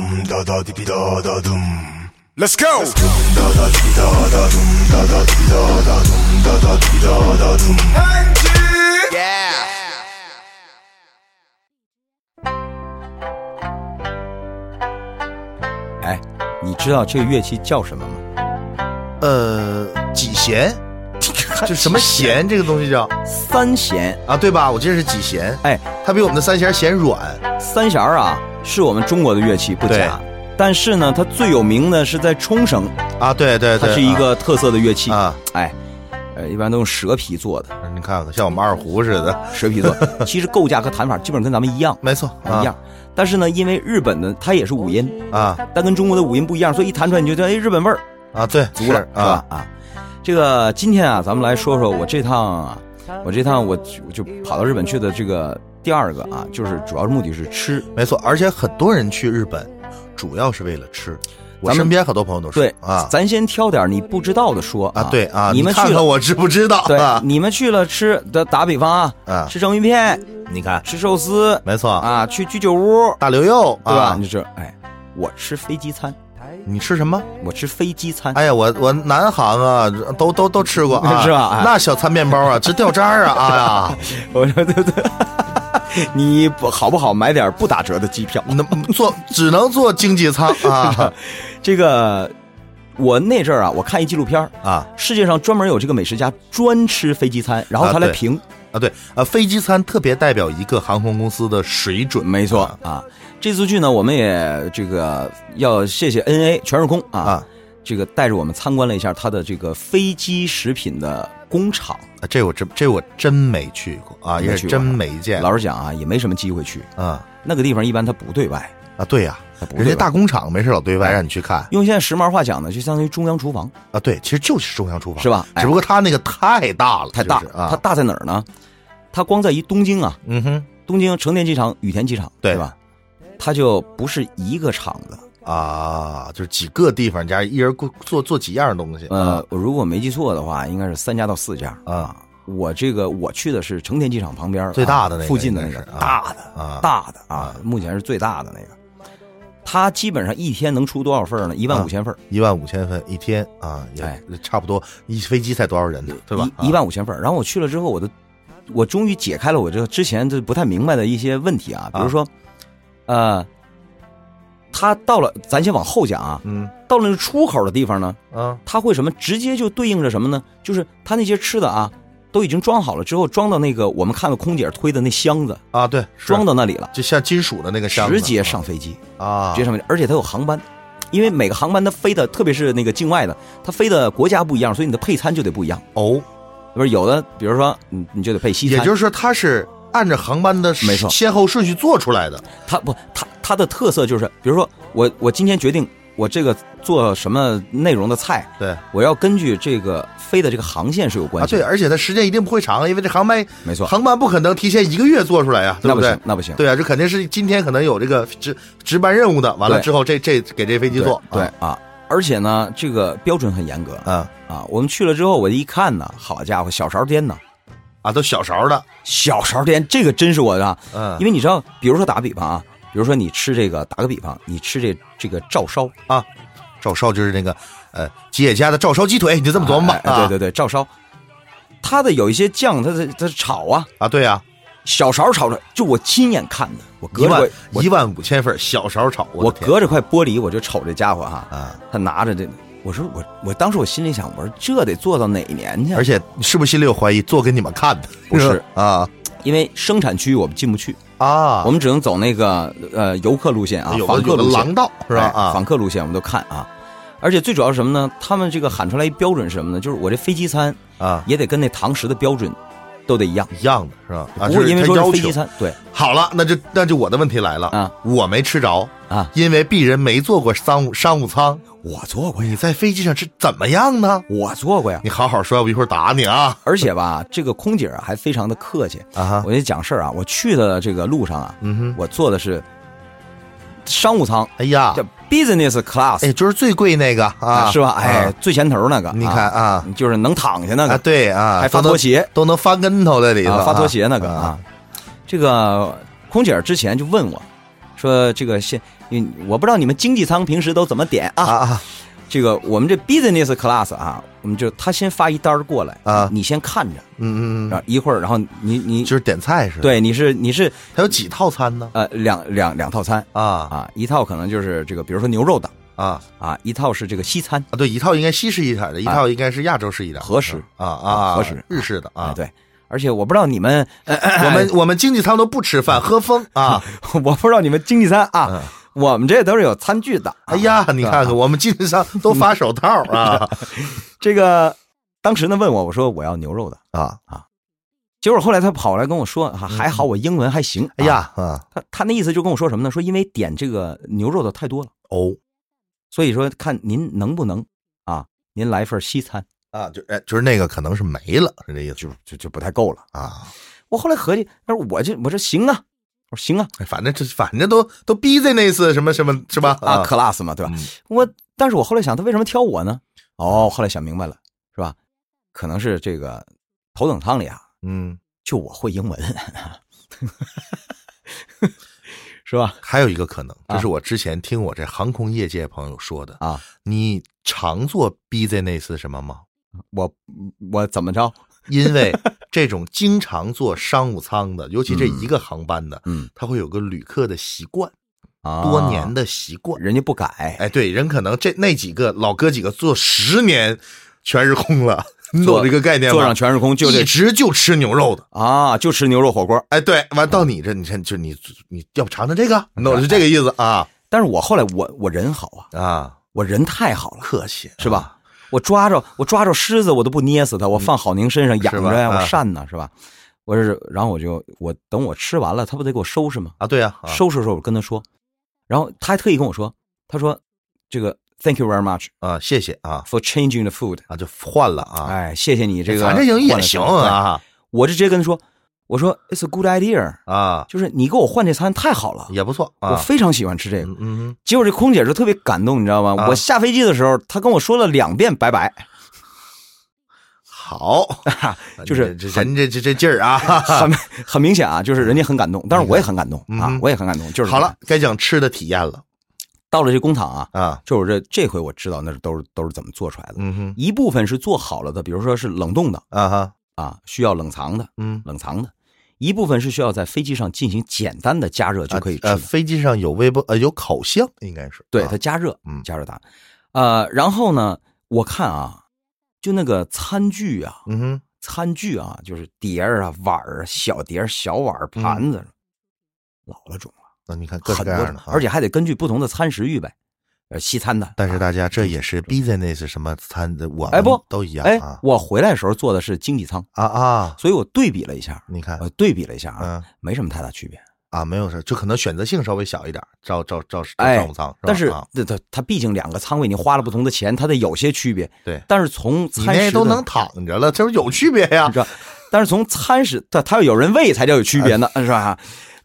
ディピダーダドゥン Let's go! ダダディピダーダドゥンダダディピダーダドゥンダダディピダーダドゥン Yeah! 哎，你知道这个乐器叫什么吗？呃，几 弦？就什么弦这个东西叫三弦。啊？对吧？我记得是几弦，哎，它比我们的三弦弦软。三弦儿啊，是我们中国的乐器，不假。但是呢，它最有名的是在冲绳，啊，对对它对，是一个特色的乐器。啊，哎，呃，一般都用蛇皮做的，啊你看看，像我们二胡似的，蛇皮做 的。其实构架和弹法基本上跟咱们一样，没错一样啊。但是呢，因为日本的它也是五音，啊但跟中国的五音不一样，所以一弹出来你就觉得哎，日本味儿啊，对，足了，是是啊吧？啊，这个今天啊，咱们来说说我这趟啊，我这趟我就我就跑到日本去的这个第二个啊，就是主要目的是吃。没错，而且很多人去日本，主要是为了吃。我咱们身边很多朋友都是对啊咱先挑点你不知道的说啊，对啊，你们去看看了，我知不知道对啊？你们去了吃打打比方啊，啊吃生鱼片，你看，吃寿司没错，啊，去居酒屋，大刘佑对吧？啊你，就这，哎，我吃飞机餐，你吃什么？我吃飞机餐， 哎呀，我我南航啊，都都都吃过啊，是吧哎那小餐面包啊，直掉渣儿啊！啊呀， 我说对对 对，你不好不好买点不打折的机票？能坐只能坐经济舱 啊这个我那阵儿啊，我看一纪录片儿啊世界上专门有这个美食家专吃飞机餐，然后他来啊对评，啊！对啊，飞机餐特别代表一个航空公司的水准没错啊。这次去呢，我们也这个要谢谢 N A 全日空啊，啊这个带着我们参观了一下他的这个飞机食品的工厂。啊！这我真这我真没去过啊，没去过也是真没见老实讲啊，也没什么机会去啊那个地方，一般他不对外。啊！对呀、啊不对吧哎人家大工厂没事老对外让你去看用现在时髦话讲呢，就相当于中央厨房，啊，对，其实就是中央厨房是吧哎只不过它那个太大了，太大。就是它啊，大在哪儿呢？它光在一东京啊，嗯哼东京成田机场、羽田机场，对吧？它就不是一个厂子。啊，就是几个地方加一人顾做做几样东西，呃，我如果没记错的话，应该是三家到四家啊。我这个我去的是成田机场旁边最大的啊那个附近的那应个该是啊大的啊大的啊，目前是最大的那个。它基本上一天能出多少份儿呢？一啊万五千份儿，一万五千份一天啊，哎也差不多一飞机才多少人呢？对吧？啊一一万五千份儿。然后我去了之后，我的我终于解开了我这个之前就不太明白的一些问题啊，比如说，呃，它到了，咱先往后讲啊，嗯到了那个出口的地方呢，啊它会什么？直接就对应着什么呢？就是它那些吃的啊，都已经装好了之后，装到那个我们看到空姐推的那箱子，啊，对，是装到那里了，就像金属的那个箱子，直接上飞机，啊，直接上飞机，而且它有航班，因为每个航班它飞的，特别是那个境外的，它飞的国家不一样，所以你的配餐就得不一样。哦，不是有的，比如说你你就得配西餐，也就是说它是按照航班的没错先后顺序做出来的它不它它的特色就是，比如说我我今天决定我这个做什么内容的菜，对我要根据这个飞的这个航线是有啊，关系对，的，而且它时间一定不会长，因为这航班没错航班不可能提前一个月做出来呀，对那不不对行？那不行，对啊，这肯定是今天可能有这个值值班任务的，完了对之后这这给这飞机对做，对啊，而且呢，这个标准很严格啊啊啊。我们去了之后，我一看呢，好家伙，小勺颠呢，啊，都小勺的，小勺颠，这个真是我的，嗯因为你知道，比如说打个比方啊，比如说你吃这个，打个比方，你吃这这个照烧，啊，照烧就是那个呃吉野家的照烧鸡腿，你就这么琢磨吧哎，哎对啊对对，照烧，它的有一些酱，它的它炒啊，啊，对呀。小勺炒着，就我亲眼看的，我隔一着万我一万五千份小勺炒，我的天隔着块玻璃我就瞅这家伙哈，啊！他拿着这，我说我我当时我心里想，我说这得做到哪年去啊？而且你是不是心里有怀疑？做给你们看的，不是啊因为生产区我们进不去，啊！我们只能走那个呃游客路线啊，有的访客有的路线廊道是吧？哎啊访客路线我们都看啊。而且最主要是什么呢？他们这个喊出来一标准是什么呢？就是我这飞机餐啊，也得跟那堂食的标准都得一样，一样的是吧？啊，不会因为这说是他是要飞机求。餐，对好了，那就那就我的问题来了啊！我没吃着啊，因为鄙人没坐过商务商务舱。我做过呀，你在飞机上是怎么样呢？我做过呀。你好好说，我一会儿打你啊！而且吧，这个空姐儿啊还非常的客气啊哈我就讲事儿啊，我去的这个路上啊，嗯哼，我坐的是商务舱，哎呀，叫 business class，哎，就是最贵那个啊，是吧？哎啊，，最前头那个，你看啊就是能躺下那啊，个，对啊，还发都能拖鞋都能翻跟头在里头啊，啊，发拖鞋那个啊啊。这个空姐儿之前就问我，说这个现嗯，我不知道你们经济舱平时都怎么点啊？啊这个我们这 business class 啊，我们就他先发一单儿过来啊你先看着，嗯嗯然后一会儿，然后你你嗯，就是点菜是？，对你是你是它有几套餐呢？呃两两两套餐啊啊，一套可能就是这个比如说牛肉的啊啊，一套是这个西餐啊！对，一套应该西式一点的，一啊套应该是亚洲式一点的，和食啊啊，和食日式的哎啊。对，而且我不知道你们呃我哎们我们经济舱都不吃饭，喝风啊！ 我不知道你们经济餐啊，我们这都是有餐具的。嗯啊哎，呀，你看看，我们经济舱都发手套 啊这个当时呢问我，我说我要牛肉的，啊！结果后来他跑来跟我说，啊、还好我英文还行。哎啊，呀啊他他那意思就跟我说什么呢？说因为点这个牛肉的太多了，哦所以说看您能不能啊，您来份西餐，啊，就哎就是那个可能是没了，是这意思就就就不太够了。啊。我后来合计，那我这我说行啊，我说行啊哎反正这反正都都逼在那次什么什么是吧？啊，class 嘛，对吧？嗯我但是我后来想，他为什么挑我呢？哦，后来想明白了，是吧？可能是这个头等舱里啊，嗯，就我会英文， 是吧？还有一个可能，这是我之前听我这航空业界朋友说的啊。你常做逼在那次什么吗？ 我我怎么着？因为这种经常坐商务舱的，尤其这一个航班的，嗯他会有个旅客的习惯，啊，多年的习惯。人家不改，哎，对，人可能这那几个老哥几个坐十年全是空了，你懂这个概念 吗？坐上全是空，就这一直就吃牛肉的。啊，就吃牛肉火锅。哎，对，完到你这，你看，就你你要不尝尝这个，你懂是这个意思啊但是我后来我我人好啊，啊，我人太好了，客气是吧？我抓着我抓着狮子我都不捏死它，我放郝宁身上养着呀，嗯是吧我啊扇呢，是吧？我是，然后我就我等我吃完了，他不得给我收拾吗？啊？对呀、啊，收拾的时候我跟他说，然后他还特意跟我说，他说这个 Thank you very much 啊，谢谢啊 for changing the food。啊，就换了啊，哎，谢谢你这个，咱这英语也行。啊我就直接跟他说，我说 It's a good idea，啊，就是你给我换这餐太好了，也不错我啊，非常喜欢吃这个。嗯嗯，结果这空姐就特别感动，你知道吗？啊我下飞机的时候，她跟我说了两遍拜拜，好， 就是这人这这这劲儿 啊。很很明显啊，就是人家很感动，但是我也很感动嗯啊嗯，我也很感动。就是好了，，该讲吃的体验了到了这工厂啊，啊，就是这这回我知道那是都是都是怎么做出来的。嗯哼一部分是做好了的，比如说是冷冻的啊哈，啊，需要冷藏的，嗯，冷藏的；一部分是需要在飞机上进行简单的加热就可以吃呃，的。飞机上有微波呃有烤箱，应该是对，啊它加热，嗯加热它。呃，然后呢，我看啊，就那个餐具啊，嗯哼，餐具啊，就是碟儿啊、碗儿啊、小碟儿、小碗儿、嗯盘子，老了种了，那你看各式很各多样种的，啊，而且还得根据不同的餐食预备，呃，西餐的。但是啊大家这也是 business 什么餐的，我哎们不都一样哎啊，我回来的时候坐的是经济舱，啊啊！所以我对比了一下，你看我，对比了一下啊，嗯没什么太大区别。啊，没有事，就可能选择性稍微小一点，照照照照哎商务舱，吧但是啊这它它毕竟两个仓位，你花了不同的钱，它得有些区别。对但是从你餐食那的都能躺着了，这不是有区别呀你？知道，但是从餐食，它它要有人喂才叫有区别呢，是吧？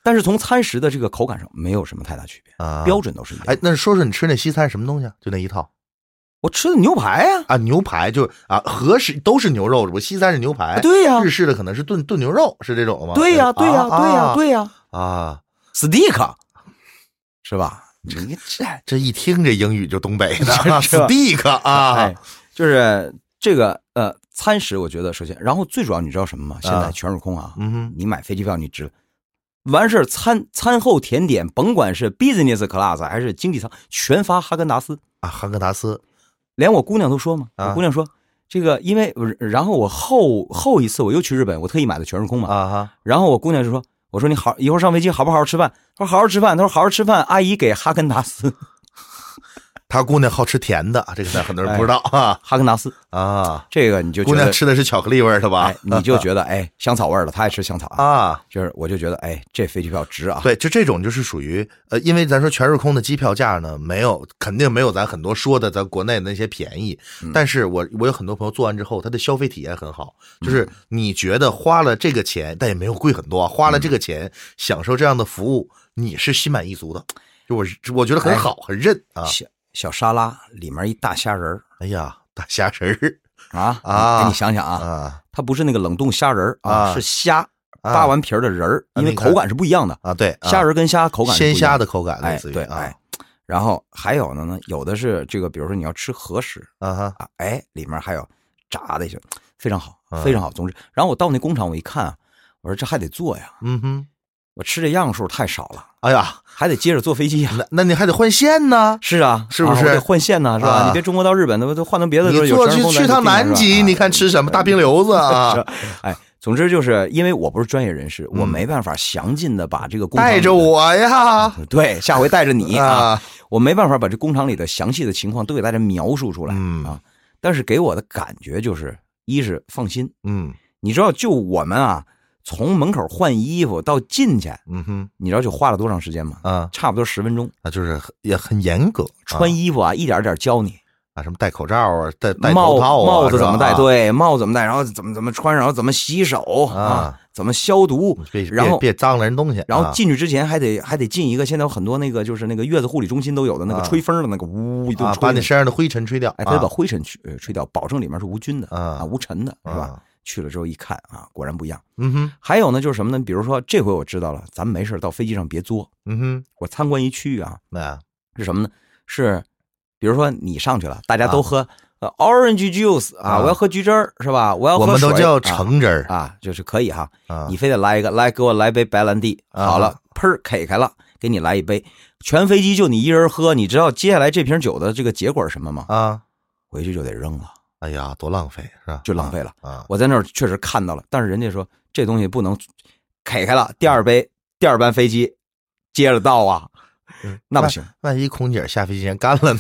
但是从餐食的这个口感上没有什么太大区别，啊，标准都是一样。哎，，那说说你吃那西餐什么东西啊？就那一套我吃的牛排呀、啊，牛排就啊，和式都是牛肉，我西餐是牛排，对呀日式的可能是炖炖牛肉，是这种吗？对呀、啊对呀、啊对呀、对呀、啊！ s t e a k 是吧？你这这一听这英语就东北的 是吧，steak 啊哎，就是这个呃，餐食我觉得首先，然后最主要你知道什么吗？现在全是空啊，嗯哼你买飞机票你值。完事儿，餐餐后甜点，甭管是 business class 还是经济舱，全发哈根达斯。啊，哈根达斯连我姑娘都说嘛，啊我姑娘说这个，因为然后我后后一次我又去日本，我特意买的全日空嘛，啊哈，然后我姑娘就说，我说你好，一会儿上飞机好不好好吃饭？她说好好吃饭，她说好好吃饭，阿姨给哈根达斯， 他姑娘好吃甜的，这个咱很多人不知道啊哈根达斯啊。这个哎你就觉姑娘得，吃的是巧克力味儿的吧哎？，你就觉得哎香草味儿了，她爱吃香草啊，啊，就是我就觉得哎这飞机票值啊，对，就这种就是属于呃，因为咱说全日空的机票价呢，没有肯定没有咱很多说的咱国内的那些便宜，嗯但是我我有很多朋友做完之后，他的消费体验很好，就是嗯你觉得花了这个钱，但也没有贵很多啊，花了嗯这个钱、享受这样的服务，你是心满意足的，就我我觉得哎很好，很认啊，小小沙拉里面一大虾仁儿哎呀，大虾仁儿啊啊哎你想想啊，啊它不是那个冷冻虾仁儿啊是虾啊扒完皮儿的仁儿，啊因为你看口感是不一样的，啊，对，啊虾仁儿跟虾口感是不一鲜样虾的的口感哎类似于对啊哎，然后还有呢呢，有的是这个，比如说你要吃和食啊哈，啊，哎，里面还有炸的一些，非常好嗯，非常好。总之，然后我到那工厂我一看啊，我说这还得做呀，嗯哼，我吃这样数太少了，哎呀，还得接着坐飞机呀。那那你还得换线呢，是啊，是不啊是我得换线呢？是吧？啊你别中国到日本，那都换到别的地你方有坐交去通工具去趟南极，你看吃什么大冰。是吧啊瘤子啊，哎，总之就是因为我不是专业人士，我嗯没办法详尽的把这个工厂里的 带着。我呀对，下回带着 你啊！啊，我没办法把这工厂里的详细的情况都给大家描述出来、嗯啊。但是给我的感觉就是，一是放心，嗯你知道，就我们啊，从门口换衣服到进去，嗯哼你知道就花了多长时间吗？啊，差不多十分钟。那就是很也很严格，穿啊衣服啊，一点一点教你，啊什么戴口罩啊，戴戴帽头套啊，帽子是吧怎么戴，，对，帽子怎么戴，然后怎么怎么穿，然后怎么洗手啊啊，怎么消毒你，别然别后别脏了人东西，然后啊进去之前还得还得进一个，现在有很多那个就是那个月子护理中心都有的那啊个吹风的那个，呜一顿啊吹把你那个，身上的灰尘吹掉，哎，他就把啊灰尘去呃吹掉，保证里面是无菌的啊啊，无尘的是吧？啊去了之后一看啊，果然不一样。嗯哼还有呢，就是什么呢？比如说这回我知道了，咱们没事儿到飞机上别作。嗯哼，我参观一区域啊，那是什么呢？是，比如说你上去了，大家都啊喝、呃 orange juice 啊，啊我要喝橘汁儿是吧？ 我要喝我们都水叫啊橙汁儿啊就是可以哈。啊你非得来一个，来给我来杯白兰地，啊好了，喷儿开开了，给你来一杯，全飞机就你一人喝，你知道接下来这瓶酒的这个结果是什么吗？啊，回去就得扔了，哎呀，多浪费是吧？就浪费了。啊，我在那儿确实看到了，但是人家说这东西不能开开了，第二杯第二班飞机接着到啊， 嗯那不行。万一空姐下飞机人干了呢？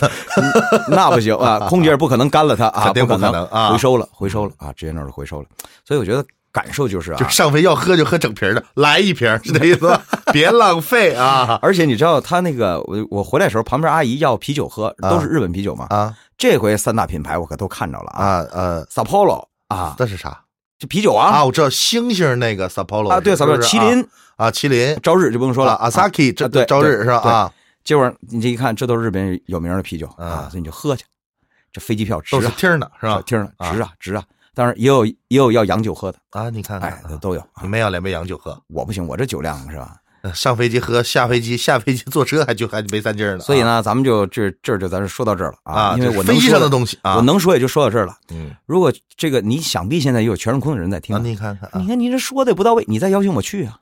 那不行啊，空姐不可能干了他啊，肯定不可不可能啊回收了，回收了啊，直接那就回收了。所以我觉得感受就是就啊，上飞要喝就喝整瓶的，来一瓶是这意思 吧？别浪费啊而且你知道他那个我我回来的时候，旁边阿姨要啤酒喝，都是日本啤酒嘛。啊这回三大品牌我可都看着了啊啊呃， ，Sapporo 啊，这是啥这啤酒啊？啊我知道星星那个 Sapporo 啊，对是不，Sapporo 是麒啊麟啊，麒麟朝日就不用说了啊，Asaki 这啊对朝日对是吧？对啊，结果你这一看，这都是日本有名的啤酒啊啊，所以你就喝去，这飞机票值都是啊，听的是吧？听着啊值啊值啊，当然也有也有要洋酒喝的，啊，你看看哎啊，，都有。啊你们要两杯洋酒喝，我不行，我这酒量是吧？呃上飞机喝，下飞机下飞机坐车还就还没三斤呢。所以啊呢，咱们就这这儿就咱就说到这儿了啊，因为就是我能飞机说上的东西啊，我能说也就说到这儿了。嗯，如果这个你想必现在也有全日空的人在听啊，啊，你看看啊你，看你这说的不到位，你再邀请我去啊，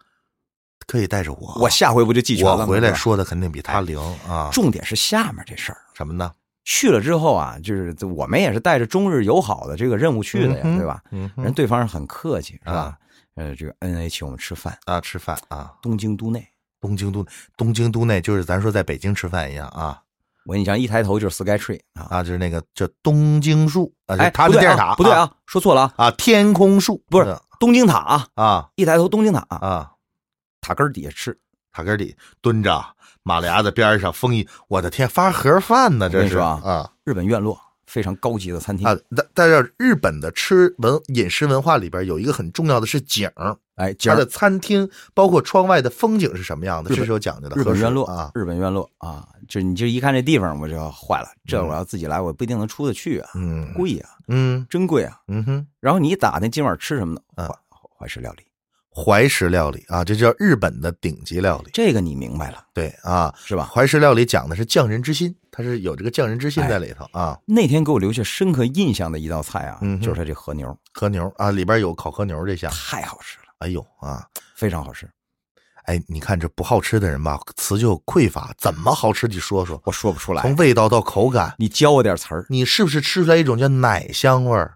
可以带着我，我下回不就记全了吗？啊哎我回来是吧，说的肯定比他灵啊，重点是下面这事儿。什么呢？去了之后啊，就是我们也是带着中日友好的这个任务去的呀，嗯哼对吧？嗯哼人对方是很客气，是吧啊？呃，这个 N A 请我们吃饭，啊，吃饭啊，东京都内，东京都东京都内就是咱说在北京吃饭一样啊我跟你讲，一抬头就是 Sky Tree 啊，啊，就是那个叫东京树啊，就哎，是他不的对电啊视塔不对啊啊，说错了啊，啊，天空树不是东京塔啊，啊一抬头东京塔啊，啊，塔根儿底下吃，塔根里蹲着马牙子边上风一，我的天，发盒饭呢这我跟你是说啊啊日本院落非常高级的餐厅啊，但但是日本的吃文饮食文化里边有一个很重要的是景儿，哎，今它儿的餐厅包括窗外的风景是什么样的，日这本是有讲究的。日和本水院落啊，日本院落啊，就你就一看这地方我就坏了，这我要自己来我不一定能出得去啊，嗯贵啊，嗯真贵啊。嗯哼。然后你一打听今晚吃什么呢？嗯怀怀石料理，怀石料理啊，这叫日本的顶级料理。这个你明白了对啊，是吧？怀石料理讲的是匠人之心，它是有这个匠人之心在里头啊。那天给我留下深刻印象的一道菜啊嗯，哼就是它这和牛，和牛啊，里边有烤和牛这项，太好吃了，哎呦啊，非常好吃，哎，你看这不好吃的人吧，词就匮乏，怎么好吃？你说说，我说不出从来，味道到口感，你教我点词儿。你是不是吃出来一种叫奶香味儿？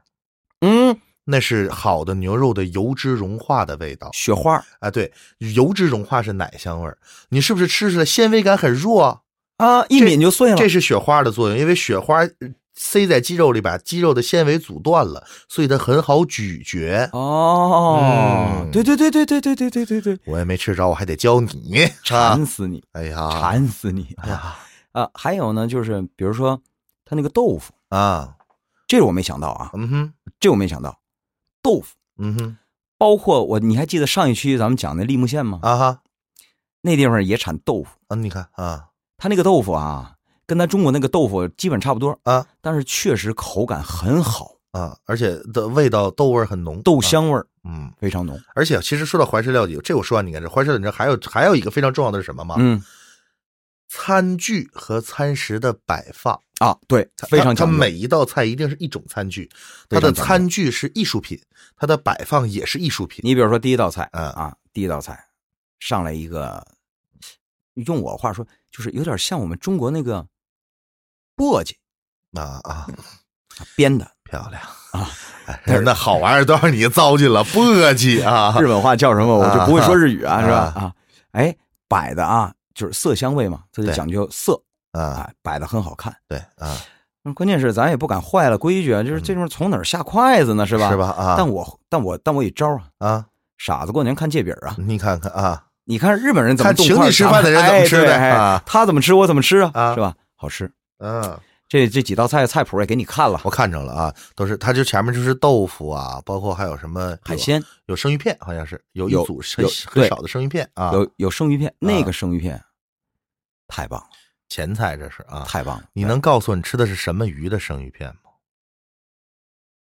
嗯，那是好的牛肉的油脂融化的味道雪花啊，对，油脂融化是奶香味儿。你是不是吃出来纤维感很弱？啊，一抿就碎了。这是雪花的作用，因为雪花呃塞在肌肉里，把肌肉的纤维阻断了，所以它很好咀嚼。哦嗯，对对对对对对对对对对，我也没吃着，我还得教你。啊 馋死你，哎呀，馋死你！哎呀啊，还有呢，就是比如说他那个豆腐，啊，这个我没想到啊，嗯哼，这我没想到，豆腐，嗯哼，包括我，你还记得上一期咱们讲那立木县吗？啊哈，那地方也产豆腐，啊，你看啊它那个豆腐啊，跟咱中国那个豆腐基本差不多，啊但是确实口感很好，啊，而且的味道豆味儿很浓，豆啊香味儿嗯，非常浓。而啊且其实说到怀石料理，这我说完你看这怀石料理，你知道还有还有一个非常重要的是什么吗？嗯，餐具和餐食的摆放，啊，对，非常它讲它究每一道菜一定是一种餐具，非它常的讲究餐具是艺术品，它的摆放也是艺术品。你比如说第一道菜，嗯啊，第一道菜上来一个，用我话说就是有点像我们中国那个簸箕啊啊，编的，漂亮啊！哎， 那好玩意儿都让你糟践了，簸箕啊，日本话叫什么我就不会说日语啊，啊是吧？啊，哎，摆的啊，就是色香味嘛，这就对讲究色啊，啊，摆的很好看。对啊，嗯关键是咱也不敢坏了规矩啊，就是这地方从哪儿下筷子呢，是吧？是吧？啊，但我但我但我有招啊，啊，傻子过年看借饼啊！你看看啊，你看日本人怎么看动请筷你子吃饭的人哎怎么吃的对哎啊他怎么吃我怎么吃啊啊，是吧？好吃。嗯，这这几道菜菜谱也给你看了，我看着了啊，都是，它就前面就是豆腐啊，包括还有什么海，鲜有有生鱼片，好像是有一有组很有很对少的生鱼片啊，有有生鱼片，那个生鱼片太棒了，前菜这是啊。太棒了！你能告诉我你吃的是什么鱼的生鱼片吗？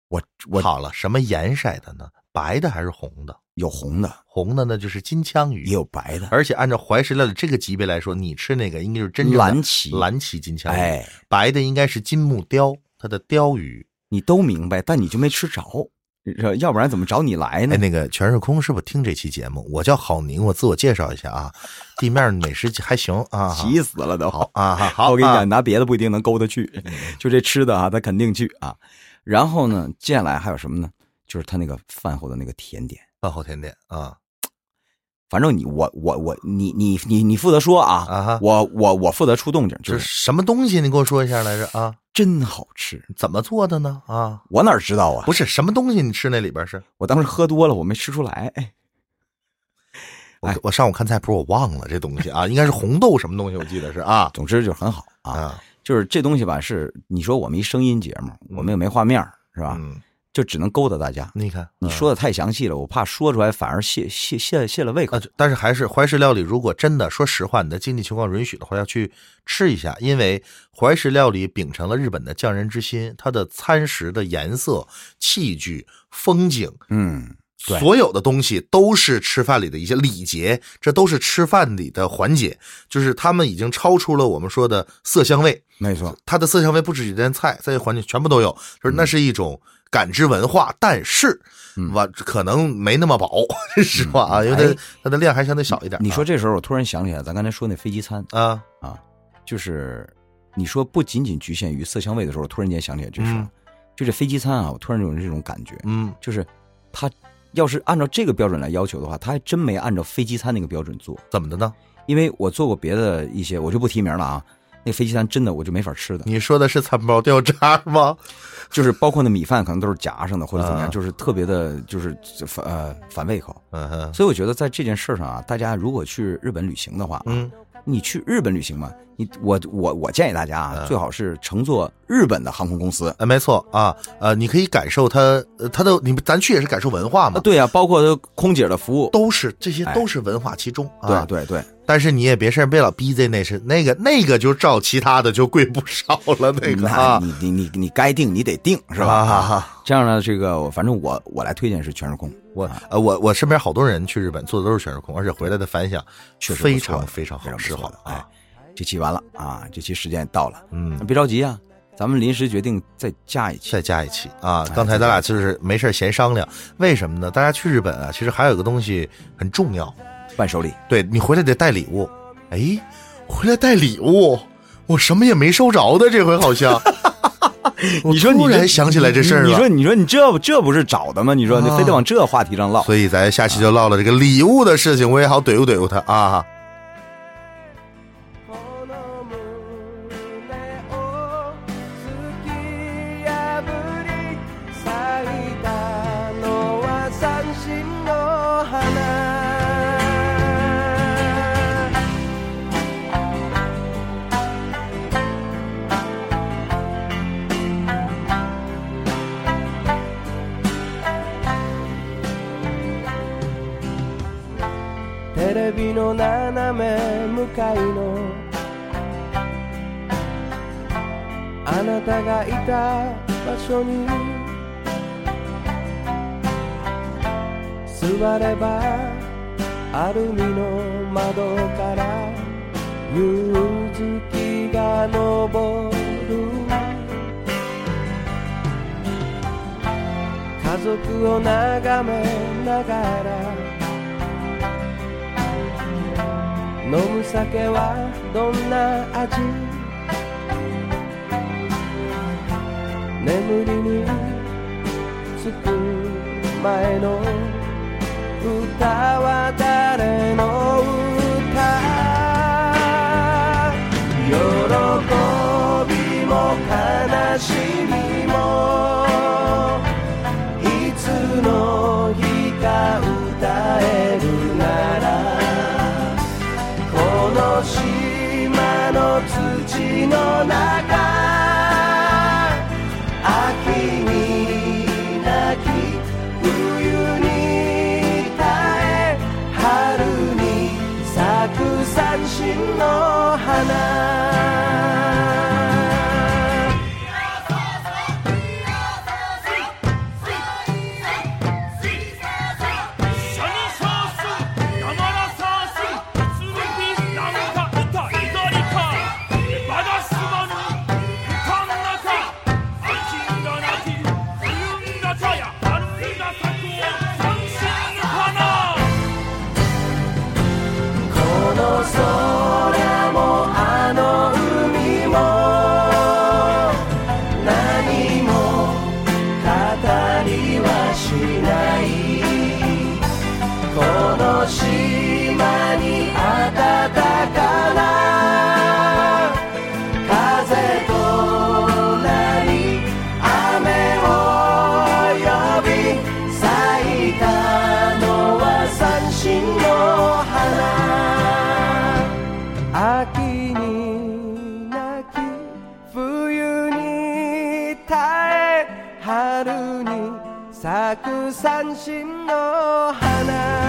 我我好了，什么盐色的呢？白的还是红的？有红的，红的呢就是金枪鱼，也有白的，而且按照怀石料理这个级别来说，你吃那个应该是真正的蓝鳍蓝鳍金枪鱼，哎，白的应该是金目鲷，它的鲷鱼。你都明白，但你就没吃着，呃要不然怎么找你来哎，呢？那个全是空是不是听这期节目？我叫郝宁，我自我介绍一下啊，地面美食还行啊，急死了都！好啊，好，我跟你啊嗯讲，，拿别的不一定能勾搭去，就这吃的啊，他肯定去啊。然后呢，接下来还有什么呢？就是他那个饭后的那个甜点，饭后甜点啊反正你我我我你你你你负责说啊，啊哈，我我我负责出动静，这就是是什么东西？你给我说一下来着啊？真好吃，怎么做的呢？啊，我哪知道啊？不是什么东西，你吃那里边是？我当时喝多了，我没吃出来。哎我哎我上午看菜谱，我忘了这东西啊，应该是红豆什么东西，我记得 是啊总之就是很好啊，啊，就是这东西吧，是你说我们一声音节目，我们也没画面儿是吧？嗯，就只能勾搭大家。你看你嗯说的太详细了，我怕说出来反而泄泄泄泄了胃口啊，。就但是还是怀石料理，如果真的说实话，你的经济情况允许的话，要去吃一下，因为怀石料理秉承了日本的匠人之心，它的餐食的颜色、器具、风景，嗯，对所有的东西都是吃饭里的一些礼节，这都是吃饭里的环节，就是他们已经超出了我们说的色香味，没错，它的色香味不止几件菜，在这环节全部都有，就是那是一种感知文化，但是嗯完可能没那么饱， 实话啊，因为它哎它的量还相对少一点啊。你说这时候我突然想起来，咱刚才说那飞机餐，啊，就是你说不仅仅局限于色香味的时候，我突然间想起来这事儿嗯，就这飞机餐啊，我突然有这种感觉，嗯，就是他要是按照这个标准来要求的话，他还真没按照飞机餐那个标准做。怎么的呢？因为我做过别的一些，我就不提名了啊。那个飞机餐真的我就没法吃的，你说的是餐包掉渣 吗？就是包括那米饭可能都是夹上的或者怎么啊样，就是特别的，就是反呃反胃口。嗯哼所以我觉得在这件事上啊，大家如果去日本旅行的话，啊嗯，你去日本旅行嘛，你我我我建议大家嗯啊，最好是乘坐日本的航空公司哎，没错啊，呃，你可以感受它，呃它的你咱去也是感受文化啊，嘛，对啊，包括空姐的服务，都是这些哎都是文化其中啊对。对对，但是你也别事儿别老逼这那是那个那个就照其他的就贵不少了那个那啊，你你你你该定你得定是吧？啊啊这样呢，这个我反正我我来推荐是全日空，我呃，我我身边好多人去日本做的都是全日空，而且回来的反响确实非不错常的非常好，非吃常不错好的。哎啊，，这期完了啊，这期时间也到了，嗯，别着急啊，咱们临时决定再加一期。再加一期啊哎。刚才咱俩就是没事儿闲商量，为什么呢？大家去日本啊，其实还有个东西很重要，伴手礼，对你回来得带礼物。哎，回来带礼物，我什么也没收着的，这回好像。 我你说你突然想起来这事儿你了说，你说你这这不是找的吗？你说你啊非得往这话题上唠。所以咱下期就唠唠这个礼物的事情，我也好怼咕怼咕他啊。この胸を突き破り咲いたのは三振の花テレビの斜め向かいのあなたがいた場所に座ればアルミの窓から夕月が昇る家族を眺めながら飲む酒はどんな味眠りにつく前の歌は誰の歌喜びも悲しみもいつの日か歌えるならこの島の土の中秋に泣き冬に耐え春に咲く三振の花シャニソース山田ソーススヌピーなんか歌いどりかまだすまぬ歌ん中愛人が泣き冬んだ茶や春が咲く三振の花この空もあの海も何も語りはしないこの島に暖かな風となり雨を呼び咲いたのは三振の花秋に泣き冬に耐え春に咲く三振の花